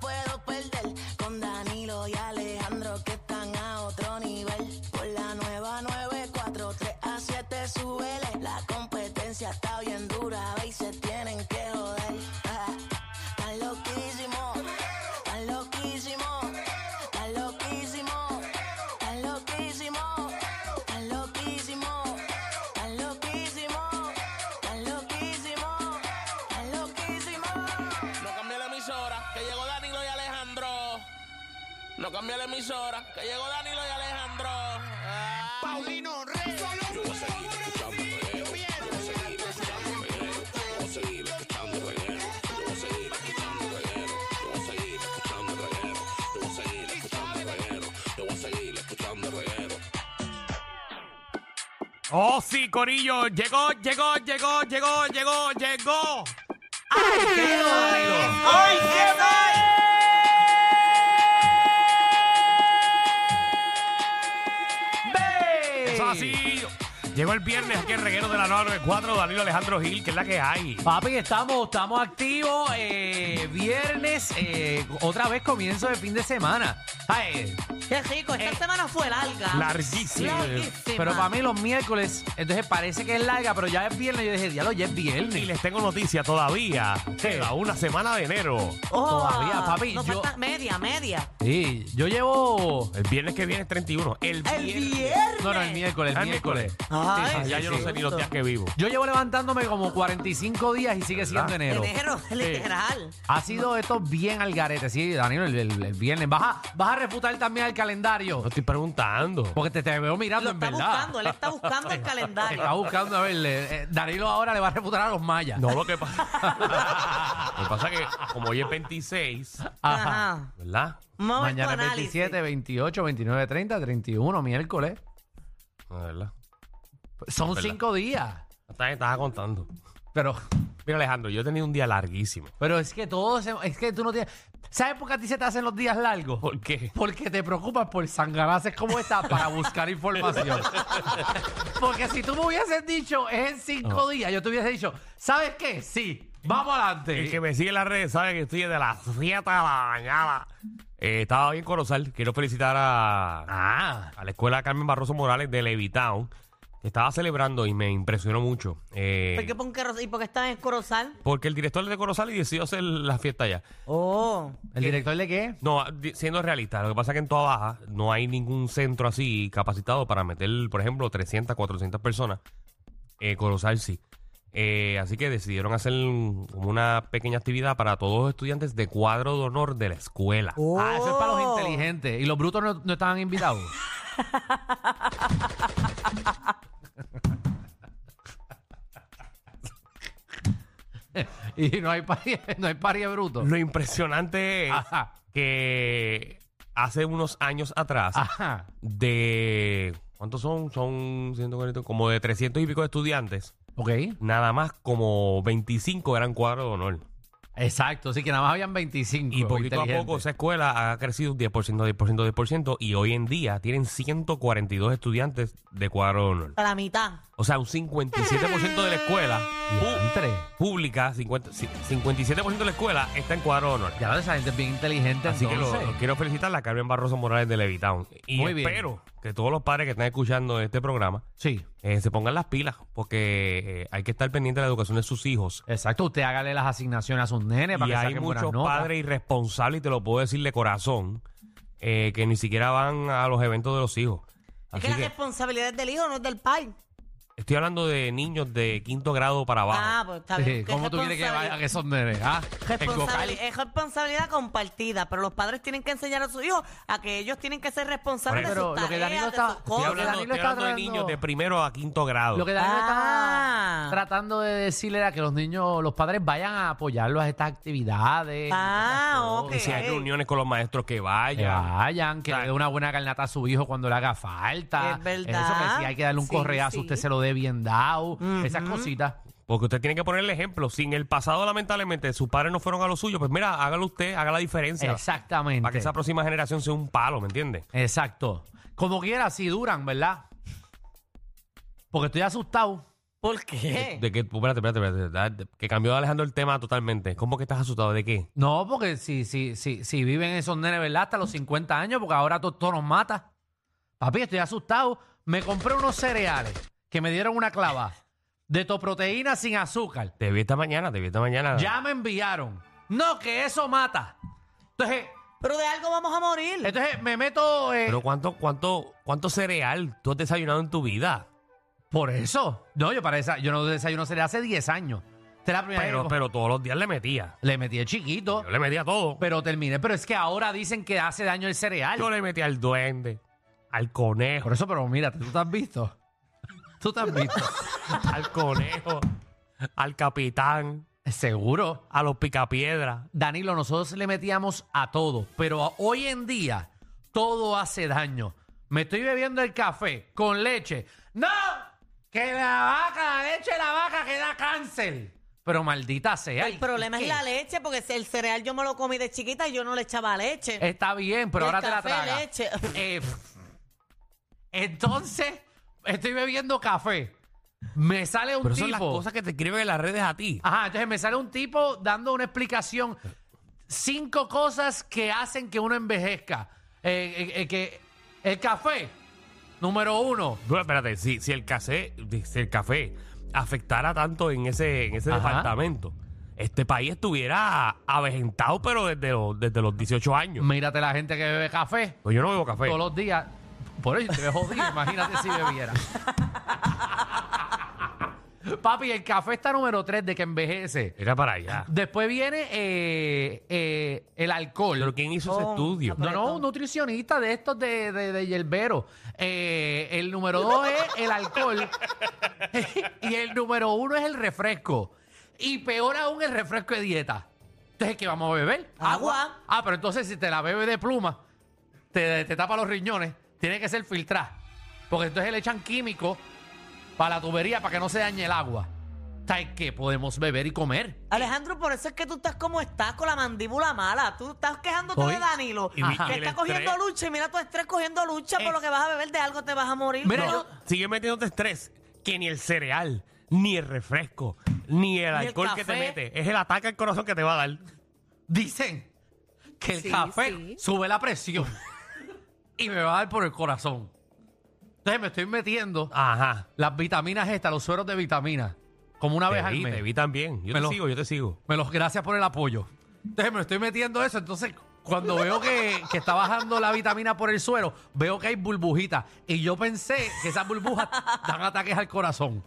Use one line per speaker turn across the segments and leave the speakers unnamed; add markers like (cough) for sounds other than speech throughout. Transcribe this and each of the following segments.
puedo perder. Con Danilo y Alejandro que están a otro nivel. Por la nueva 94, 3 a 7 súbele. La competencia está bien dura, ve y se tienen que joder. Ah, Están loquísimos, están loquísimos, están loquísimos, están loquísimos, están loquísimos, están loquísimos, están loquísimos, están loquísimos.
No cambie la emisora, que llegó Danilo y Alejandro. No cambie la emisora, que llegó Danilo y Alejandro. Paulino Rey. Yo voy a seguir escuchando reguero. Yo voy a seguir escuchando reguero. Yo voy a seguir escuchando reguero. Yo voy a seguir escuchando reguero. Yo voy a seguir escuchando reguero. Yo voy a seguir escuchando reguero. Yo voy a seguir escuchando reguero.
Oh, sí, Corillo. Llegó, llegó, llegó, llegó, llegó, llegó. ¡Ay, qué mal! Eso así. Llegó el viernes aquí el reguero de la 994, Danilo Alejandro Gil, que es la que hay.
Papi, estamos, estamos activos. eh, viernes, eh, otra vez comienzo de fin de semana. Ay,
Qué rico, esta
Eh,
semana fue larga.
Larguísimo.
Larguísima.
pero para mí los miércoles, entonces parece que es larga, pero ya es viernes. Yo dije, diablo, ya es
Y
viernes.
les tengo noticia todavía. Queda una semana de enero.
Oh,
todavía, papi,
Nos
yo-
falta media, media.
Sí, yo llevo.
El viernes que viene es 31. El
El
viernes.
viernes.
No, no, el miércoles,
Ah,
el
el
miércoles.
miércoles.
Ay,
Sí, sí,
Ya
sí,
yo no
sí.
sé ni los días que vivo.
Yo llevo levantándome como 45 días y sigue siendo
¿Verdad?
enero.
Enero, literal.
Ha sido esto bien al garete, sí, Danilo, el, el- el viernes. Vas a, vas a refutar también al calendario.
No estoy preguntando.
Porque te, te veo mirando, en
Lo está
verdad.
buscando, él está
(laughs)
buscando
Te
el
Está
calendario.
buscando, a ver, le- eh, Danilo ahora le va a refutar a los mayas.
No, lo que pasa. (laughs) lo que pasa es que, como hoy es 26,
Ajá.
Ajá.
¿verdad?
Vamos a ver tu
Mañana es
análisis.
27, 28, 29, 30, 31, miércoles.
Ah, ¿Verdad?
Son
¿Verdad?
cinco días.
Estaba, estaba contando.
Pero,
Mira, Alejandro, yo he tenido un día larguísimo.
pero es que todo se- es que tú no tienes. ¿Sabes por qué a ti se te hacen los días largos?
¿Por qué?
Porque te preocupas por sanganaces como esta para
(laughs)
buscar información. Porque si tú me hubieses dicho es en cinco días, yo te hubiese dicho, ¿sabes qué? Sí, vamos adelante.
El que me sigue en las redes sabe que estoy desde las 7 de la mañana. Eh, estaba bien Corozal. Quiero felicitar a,
Ah,
a la escuela Carmen Barroso Morales de Levitown. Que estaba celebrando y me impresionó mucho. Eh,
¿Por qué pon Corozal? ¿Y por qué está en Corozal?
porque el director de Corozal y decidió hacer la fiesta allá.
Oh.
¿el director de qué?
No, di- siendo realista, lo que pasa es que en toda baja no hay ningún centro así capacitado para meter, por ejemplo, 300, 400 personas. Eh, Corozal sí. Eh, así que decidieron hacer un- como una pequeña actividad para todos los estudiantes de cuadro de honor de la escuela.
Ah, eso es para
Oh.
los inteligentes. Y los brutos no, no
(laughs)
estaban invitados. (laughs) y no hay pari, no hay pari de bruto.
Lo impresionante es
Ajá.
que hace unos años atrás,
Ajá.
de... ¿Cuántos son? Son 140, como de 300 y pico de estudiantes.
Ok.
Nada más como 25 eran cuadro de honor.
Exacto. Así que nada más habían 25.
Y poquito a
inteligentes.
poco esa escuela ha crecido un 10%, 10%, 10% y hoy en día tienen 142 estudiantes de cuadro de honor.
A la mitad.
O sea, un 57% de la escuela pu-
Diantre.
pública, 50 ci- 57% de la escuela está en cuadro de honor.
Ya lo esa gente es bien inteligente.
Así que lo,
entonces.
lo quiero felicitar a Carmen Barroso Morales de Levitown. Y
Muy bien.
espero que todos los padres que están escuchando este programa
Sí.
eh, se pongan las pilas porque eh, hay que estar pendiente de la educación de sus hijos.
Exacto. Usted hágale las asignaciones a sus nenes para
y
que
hay
saquen buenas
muchos
notas.
padres irresponsables, y te lo puedo decir de corazón, eh, que ni siquiera van a los eventos de los hijos.
Es
Así
que la
que,
responsabilidad es del hijo, no es del pai.
Estoy hablando de niños de quinto grado para abajo.
Ah, pues está
Sí,
bien.
¿Cómo tú quieres que vayan esos nenes? ah? En
Responsabili-
Cocal.
es responsabilidad compartida, pero los padres tienen que enseñar a sus hijos a que ellos tienen que ser responsables
Pero
de
lo
sus
que
tareas,
Danilo
de
está-
sus
Estoy
Lo que
cosas.
hablando,
Danilo
estoy
está
hablando de
tratando-
niños de primero a quinto grado.
Lo que Danilo
Ah.
está tratando de decirle era que los niños, los padres vayan a apoyarlos a estas actividades.
Ah, ok.
Que si hay reuniones con los maestros que
Que
vayan.
vayan, que le dé una buena carnata a su hijo cuando le haga falta.
Es verdad.
Eso que si hay que darle un
Sí,
correazo,
sí.
usted se lo dé bien dado. Esas cositas.
Porque usted tiene que poner el ejemplo. Si en el pasado, lamentablemente, sus padres no fueron a lo suyo, pues mira, hágalo usted, haga la diferencia.
Exactamente.
Para que esa próxima generación sea un palo, ¿me entiendes?
Exacto. Como quiera, si duran, ¿verdad? Porque estoy asustado.
¿Por
Eh.
qué?
De que, espérate, espérate, espérate, espérate, que cambió Alejandro el tema totalmente. ¿Cómo que estás asustado? ¿De qué?
No, porque si, si, si, si viven esos nenes, ¿verdad? Hasta los 50 años, porque ahora todo, todo nos mata. Papi, estoy asustado. Me compré unos cereales que me dieron una clava de toproteína sin azúcar.
Te vi esta mañana, te vi esta mañana.
Ya eh. me enviaron. No, que eso mata. Entonces,
Pero de algo vamos a morir.
entonces me meto eh,
Pero ¿cuánto, cuánto, cuánto cereal tú has desayunado en tu vida?
por eso. No, yo para esa, yo no desayuno cereal hace 10 años. Esta es la primera
Pero,
vez que-
pero todos los días le metía.
le metí el chiquito.
Yo le metía todo.
Pero terminé, pero es que ahora dicen que hace daño el cereal.
Yo le metía al duende, al
Por
conejo,
eso, pero mira, tú te has visto. Tú te has visto.
al conejo, al capitán,
Seguro.
a los picapiedras.
Danilo, nosotros le metíamos a todo, pero hoy en día todo hace daño. Me estoy bebiendo el café con leche. ¡No! ¡Que la vaca, la leche de la vaca que da cáncer! Pero maldita sea.
El problema es
¿qué?
la leche, porque si el cereal yo me lo comí de chiquita y yo no le echaba leche.
Está bien, pero
Y el
ahora te
café,
la tragas.
leche.
(laughs) Eh, entonces, estoy bebiendo café. Me sale un
Pero
tipo. Ah.
son las cosas que te escriben en las redes a ti.
Ajá, entonces me sale un tipo dando una explicación. Cinco cosas que hacen que uno envejezca. Eh, eh, eh, que el café, número uno.
Bueno, espérate, si, si el café, si el café afectara tanto en ese, en ese
Ajá.
departamento, este país estuviera avejentado, pero desde los, desde los 18 años.
Mírate la gente que bebe café
Pues yo no bebo café.
todos los días. Por eso te veo jodido, imagínate si bebiera. (laughs) Papi, el café está número tres de que envejece.
Era para allá.
Después viene eh, eh, el alcohol.
Pero ¿quién hizo ese
Oh,
estudio?
No, no, un nutricionista de estos de, de, de hierbero. Eh, el número dos es el alcohol. (laughs) y el número uno es el refresco. Y peor aún el refresco de dieta. Entonces, ¿qué vamos a beber?
Agua.
Ah, pero entonces si te la bebes de pluma, te, te tapa los riñones, tiene que ser filtrada. Porque entonces le echan químico para la tubería para que no se dañe el agua. ¿Sabes qué podemos beber y comer?
Alejandro, por eso es que tú estás como estás, con la mandíbula mala. Tú estás quejándote
Hoy-
de Danilo,
y-
y
que
el
está cogiendo
estrés.
lucha y mira tu estrés cogiendo lucha por lo que vas a beber de algo te vas a morir.
Mira,
No.
yo-
Sigue metiéndote estrés, que ni el cereal, ni el refresco, ni el
el
alcohol que te
café.
mete. Es el ataque al corazón que te va a dar.
Dicen que el
Sí,
café
sí.
sube la presión (laughs) y me va a dar por el corazón. Entonces me estoy metiendo
Ajá.
las vitaminas estas, los sueros de vitaminas, como una
Te
vez al
vi,
mes.
te vi también. Yo te
Me lo-
sigo, yo te sigo.
Me los gracias por el apoyo. Entonces me estoy metiendo eso. Entonces, cuando veo que, que está bajando la vitamina por el suero, veo que hay burbujitas. Y yo pensé que esas burbujas dan ataques al corazón.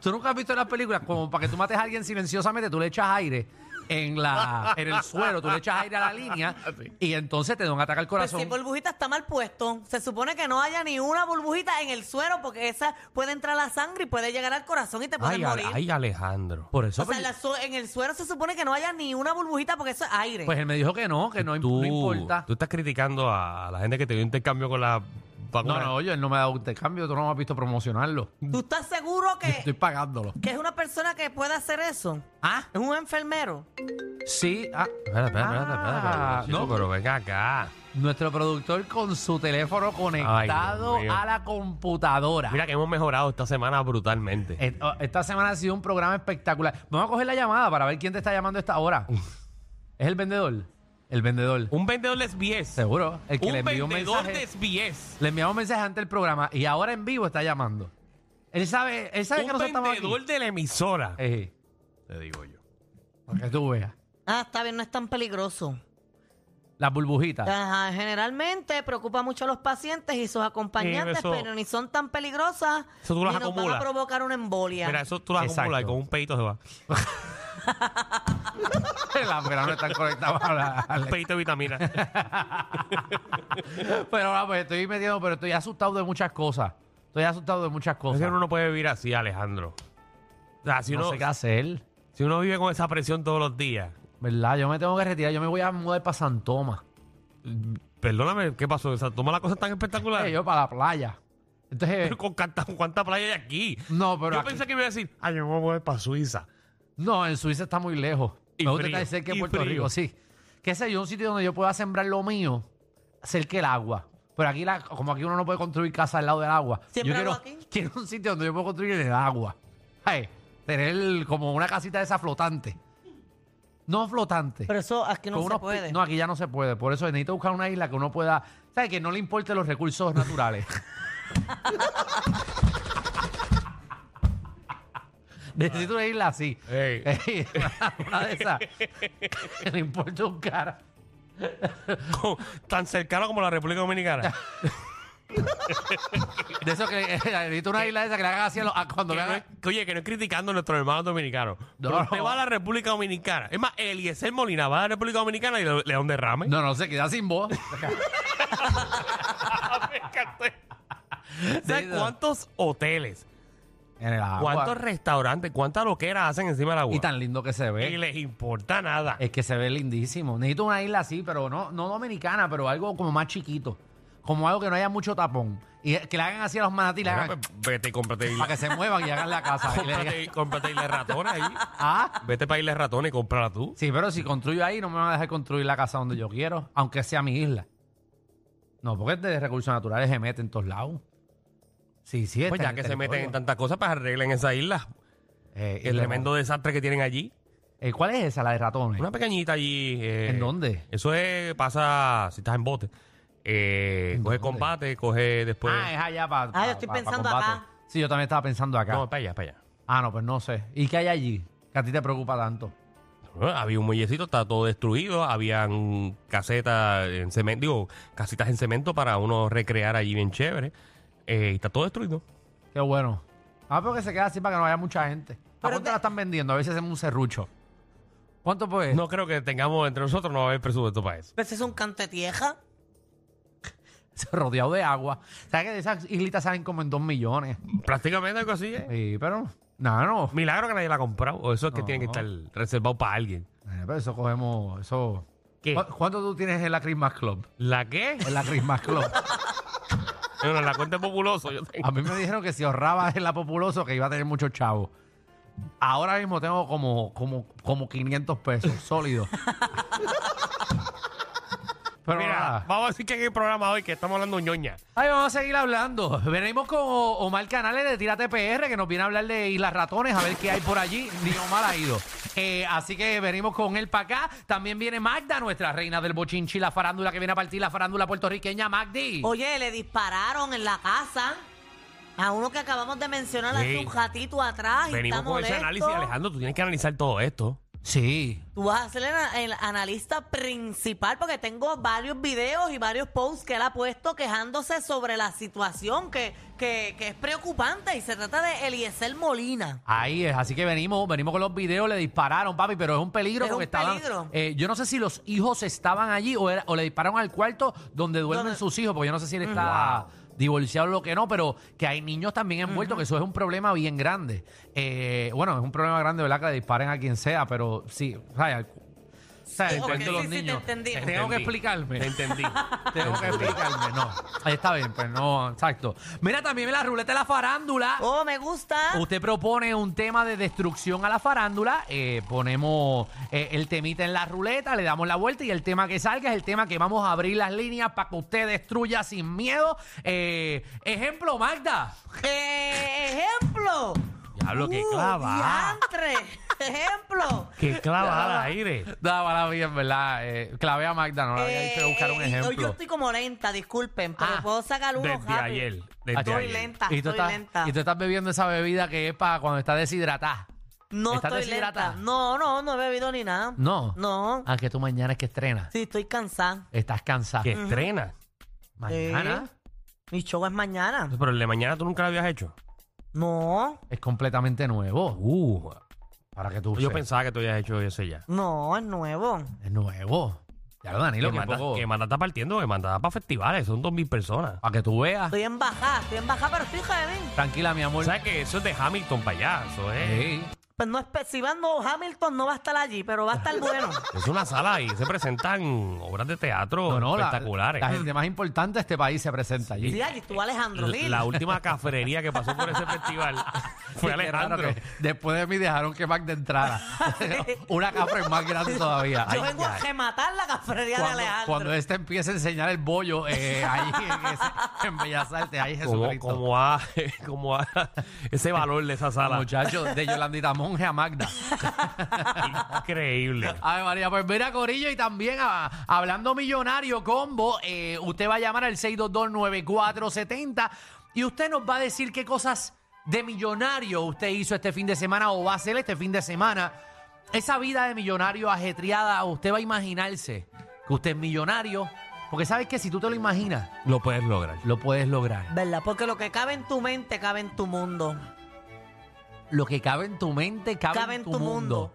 Tú nunca has visto en las películas, como para que tú mates a alguien silenciosamente, tú le echas aire en la en el suero, tú le echas aire a
(laughs)
la línea y entonces te da un ataque al
Pues
corazón.
si burbujita está mal puesto, se supone que no haya ni una burbujita en el suero porque esa puede entrar la sangre y puede llegar al corazón y te puedes
Ay, Ale-
morir.
ay, Alejandro.
Por
o
eso,
sea,
pues,
en, la su- en el suero se supone que no haya ni una burbujita porque eso es aire.
pues él me dijo que no, que no, im- no importa.
Tú estás criticando a la gente que te dio intercambio con la
No,
vacuna.
no, yo él no me ha dado intercambio, tú no me has visto promocionarlo.
¿Tú estás seguro
Estoy
Este-
que,
pagándolo.
que es una persona que puede hacer eso?
¿Ah?
¿Es un enfermero?
Sí, ah,
Espera, espera, espera,
Ah,
espera, espera, chico,
no.
pero venga acá.
nuestro productor con su teléfono conectado
Dios mío.
a la computadora.
Mira que hemos mejorado esta semana brutalmente.
Et- oh, Esta semana ha sido un programa espectacular. Vamos a coger la llamada para ver quién te está llamando a esta hora. ¿Es el vendedor? El vendedor.
Un vendedor de SBS.
Seguro. El que
un
le envió un
vendedor
mensaje.
de SBS.
Le enviamos un mensaje antes del programa y ahora en vivo está llamando. Él sabe, él sabe que
Un
nosotros estamos aquí.
vendedor de la emisora.
Eh,
Te digo yo.
para que tú veas.
Ah, está bien, no es tan peligroso.
Las burbujitas.
(laughs)
Ajá, generalmente preocupa mucho a los pacientes y sus acompañantes,
Sí, eso-
pero ni son tan peligrosas
Eso tú las
ni nos van a
acumulas.
provocar una embolia.
Mira, eso tú lo acumulas y
Exacto.
con un peito se va.
Las velas no están conectadas a la- a
Un
la-
peito de
(laughs)
vitamina.
Pero ahora pues estoy metiendo, pero estoy asustado de muchas cosas. Estoy asustado de muchas
Es
cosas.
que uno no puede vivir así, Alejandro. O sea, si
no
uno,
sé qué hacer.
si uno vive con esa presión todos los días.
¿Verdad? Yo me tengo que retirar. Yo me voy a mudar para San Tomás.
Perdóname, ¿qué pasó? O sea, toma la cosa tan espectacular.
Eh, Yo para la playa. Entonces,
(laughs) Con cuánta, cuánta playa hay aquí.
no, pero
yo
aquí-
pensé que me iba a decir, ay, yo me voy a mover para Suiza. (laughs)
no, en Suiza está muy lejos.
Y
me gusta
frío,
estar cerca de
y
Puerto
frío.
Rico, sí. Que sé yo, un sitio donde yo pueda sembrar lo mío, cerca del agua. Pero aquí, la, como aquí uno no puede construir casa al lado del agua.
Siembra
yo quiero,
algo aquí.
quiero un sitio donde yo pueda construir en el agua. Ay, tener como una casita de esa flotante. No flotante.
Pero eso aquí no
con
se
unos pi-
puede.
No, aquí ya no se puede. Por eso necesito buscar una isla que uno pueda. ¿Sabes? Que no le importe los recursos
(laughs)
naturales. necesito una isla así.
Ey.
(laughs) Ey, una, una de esas. que le importe un cara.
Con- tan cercano como la República Dominicana.
De eso que eh, necesito una isla de esa que le hagan así a los- a cuando
Que
le
no
hagan.
es- que, oye, que no es criticando a nuestros hermanos dominicanos.
No.
Pero usted va a la República Dominicana. Es más, Eliezer Molina va a la República Dominicana y le, le da un derrame.
No, no, se queda sin
(laughs)
voz.
Me encantó. ¿Sabes cuántos hoteles,
En el agua.
cuántos restaurantes, cuántas loqueras hacen encima del agua?
Y Eh, tan lindo que se ve.
Y les importa nada.
Es que se ve lindísimo. Necesito una isla así, pero no, no dominicana, pero algo como más chiquito. Como algo que no haya mucho tapón. Y que le hagan así a los manatí, le
Mira,
hagan
pues, vete y cómprate
(laughs) para
isla.
que se muevan y hagan la casa. Y le digan,
(laughs) Cómprate, cómprate isla de ratones ahí.
ah,
Vete para Isla de Ratones y cómprala tú.
sí, pero si construyo ahí, no me van a dejar construir la casa donde yo quiero, aunque sea mi isla. No, porque de recursos naturales se mete en todos lados. Sí, sí,
Pues
está
ya
en
que
el
se meten en
territorio.
tantas cosas, pues arreglen esa isla.
Eh, y
El
le-
tremendo desastre que tienen allí.
Eh, ¿Cuál es esa, la de ratones?
Una pequeñita allí. eh,
¿En dónde?
Eso es, pasa si estás en bote. Eh,
¿En
coge
dónde?
combate, coge después.
ah, es allá para.
Ah, yo estoy pensando acá.
Sí, yo también estaba pensando acá.
no, para allá, para allá.
Ah, no, pues no sé. ¿Y qué hay allí que a ti te preocupa tanto?
Bueno, había un muellecito, está todo destruido. Habían casetas en cemento, digo, casitas en cemento para uno recrear allí bien chévere. Eh, y está todo destruido.
Qué bueno. Ah, pero que se queda así para que no haya mucha gente. ¿A
Pero
cuánto
te-
la están vendiendo? A veces hacemos un serrucho. ¿Cuánto pues? puede? (laughs)
No creo que tengamos entre nosotros, no va a haber presupuesto para eso.
Pero eso es un cantetieja.
Rodeado de agua. ¿Sabes que de esas islitas salen como en dos millones?
Prácticamente algo así. ¿eh?
Sí, pero... No, no.
Milagro que nadie la ha comprado. O eso es que
No.
tiene que estar reservado para alguien.
Eh, Pero eso cogemos... Eso...
¿Qué?
¿Cu- ¿Cuánto tú tienes en la Christmas Club?
¿La qué?
En la Christmas Club.
Bueno, la cuenta es populoso. Yo tengo.
A mí me dijeron que si ahorraba (laughs) en la Populoso que iba a tener muchos chavos. Ahora mismo tengo como, como, como 500 pesos sólidos. Pero
Mira,
nada.
vamos a decir que en el programa hoy que estamos hablando ñoña.
Ahí vamos a seguir hablando. Venimos con O- Omar Canales de Tírate PR, que nos viene a hablar de Islas Ratones, a ver qué hay por allí. Ni Omar ha ido. Eh, así que venimos con él para acá. También viene Magda, nuestra reina del bochinchi, la farándula que viene a partir, la farándula puertorriqueña, Magdi.
Oye, le dispararon en la casa a uno que acabamos de mencionar hace
Sí.
un ratito atrás. y
Venimos
está
con ese
molesto.
análisis, Alejandro. Tú tienes que analizar todo esto.
Sí.
Tú vas a ser el, ana- el analista principal porque tengo varios videos y varios posts que él ha puesto quejándose sobre la situación que, que, que es preocupante y se trata de Eliezer Molina.
Ahí es, así que venimos, venimos con los videos, le dispararon, papi, pero es un peligro
Es
porque
un
estaban.
peligro.
eh, yo no sé si los hijos estaban allí o, era- o le dispararon al cuarto donde duermen
Donde-
sus hijos, porque yo no sé si él está divorciado o lo que no, pero que hay niños también envueltos, que eso es un problema bien grande. Eh, bueno, es un problema grande, ¿verdad? Que le disparen a quien sea, pero sí, o sea, al- o sea,
Sí,
el
ok,
cuento de los
sí, sí, te
niños.
entendí.
Tengo
Entendí.
que explicarme.
Te entendí.
(laughs) Tengo que explicarme, no. Está bien, pues no, exacto. Mira también la ruleta de la farándula.
Oh, me gusta.
Usted propone un tema de destrucción a la farándula, eh, ponemos eh, el temita en la ruleta, le damos la vuelta y el tema que salga es el tema que vamos a abrir las líneas para que usted destruya sin miedo. Eh, ejemplo, Magda.
Eh, ejemplo.
Diablo, qué
Uh,
clavada.
diantre. (laughs) ejemplo.
Qué clavada
(laughs)
al aire.
Dábala bien, ¿verdad? Eh, clave a Magda, no le había dicho de buscar un
Eh, eh, Yo
ejemplo.
estoy como lenta, disculpen, pero
Ah,
puedo sacar uno
Desde
rápido.
ayer.
Ah,
Desde
estoy
Estoy
ayer.
lenta,
Y tú,
estoy
estás,
lenta.
y tú estás bebiendo esa bebida que es para cuando estás deshidratada.
No
¿Estás
estoy
deshidratada?
lenta. No, no, no he bebido ni nada.
No.
No.
Ah, que tú mañana es que estrenas.
Sí, estoy cansada.
Estás cansada.
Que estrena.
Mañana
Eh, Mi show es mañana.
Pero el de mañana tú nunca lo habías hecho.
No,
es completamente nuevo.
Uh,
Para que tú
yo
sepas.
pensaba que tú habías hecho ese ya.
no, es nuevo.
Es nuevo. Ya lo, Danilo,
Que
que
manda,
poco-
que manda está partiendo, que manda para festivales, son 2.000 personas.
Para que tú veas.
Estoy en baja, estoy en baja, pero estoy heavy.
Tranquila, mi amor.
O sea que eso es de Hamilton para allá, eso es.
Sí.
Pues no, espe- si van no, Hamilton no va a estar allí, pero va a estar
(laughs)
bueno.
Es una sala y se presentan obras de teatro
No, no, la-
espectaculares.
La, gente más importante de este país se presenta allí.
Sí, allí estuvo Alejandro
L-
Gil.
la última cafrería que pasó por ese (laughs) festival fue
Qué raro
Alejandro.
que después de mí dejaron que Mac de entrada. (laughs)
(laughs)
Una cafre más grande todavía. Ay,
Yo vengo a
ay.
rematar la cafrería de
cuando,
Alejandro.
cuando este empiece a enseñar el bollo eh, ahí en, ese- en Bellas Artes, ahí
Como,
Jesucristo.
como a, (laughs) como a ese valor de esa sala.
Muchachos, de Yolandita Monge a Magda.
Increíble.
Ay, María, pues mira, Corillo, y también a- hablando millonario combo, eh, usted va a llamar al 6229470 y usted nos va a decir qué cosas de millonario usted hizo este fin de semana o va a hacer este fin de semana. Esa vida de millonario ajetreada, usted va a imaginarse que usted es millonario, porque sabes que si tú te lo imaginas,
Lo puedes lograr.
lo puedes lograr.
¿Verdad? Porque lo que cabe en tu mente cabe en tu mundo.
Lo que cabe en tu mente cabe, en tu, mundo.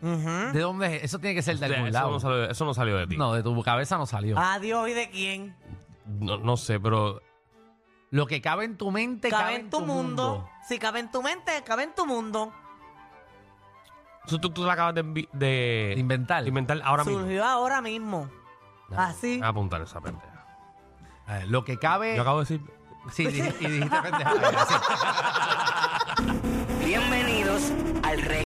Ujú.
¿De dónde es? Eso tiene que ser de algún
eso, no
lado.
salió, eso no salió de ti.
No, de tu cabeza no salió.
Adiós, ¿y de quién?
No, no sé, pero
Lo que cabe en tu mente
cabe en tu mundo. Si cabe en tu mente, cabe en tu mundo.
eso tú, tú lo acabas de, envi- de-
De inventar.
de Eh, inventar ahora
Surgió
mismo. Ah.
ahora mismo. Así.
Voy a apuntar esa pendeja.
A ver, Lo que cabe.
Yo acabo de decir. (laughs)
Sí, di- y dijiste pendeja. sí.
Bienvenidos al reguero.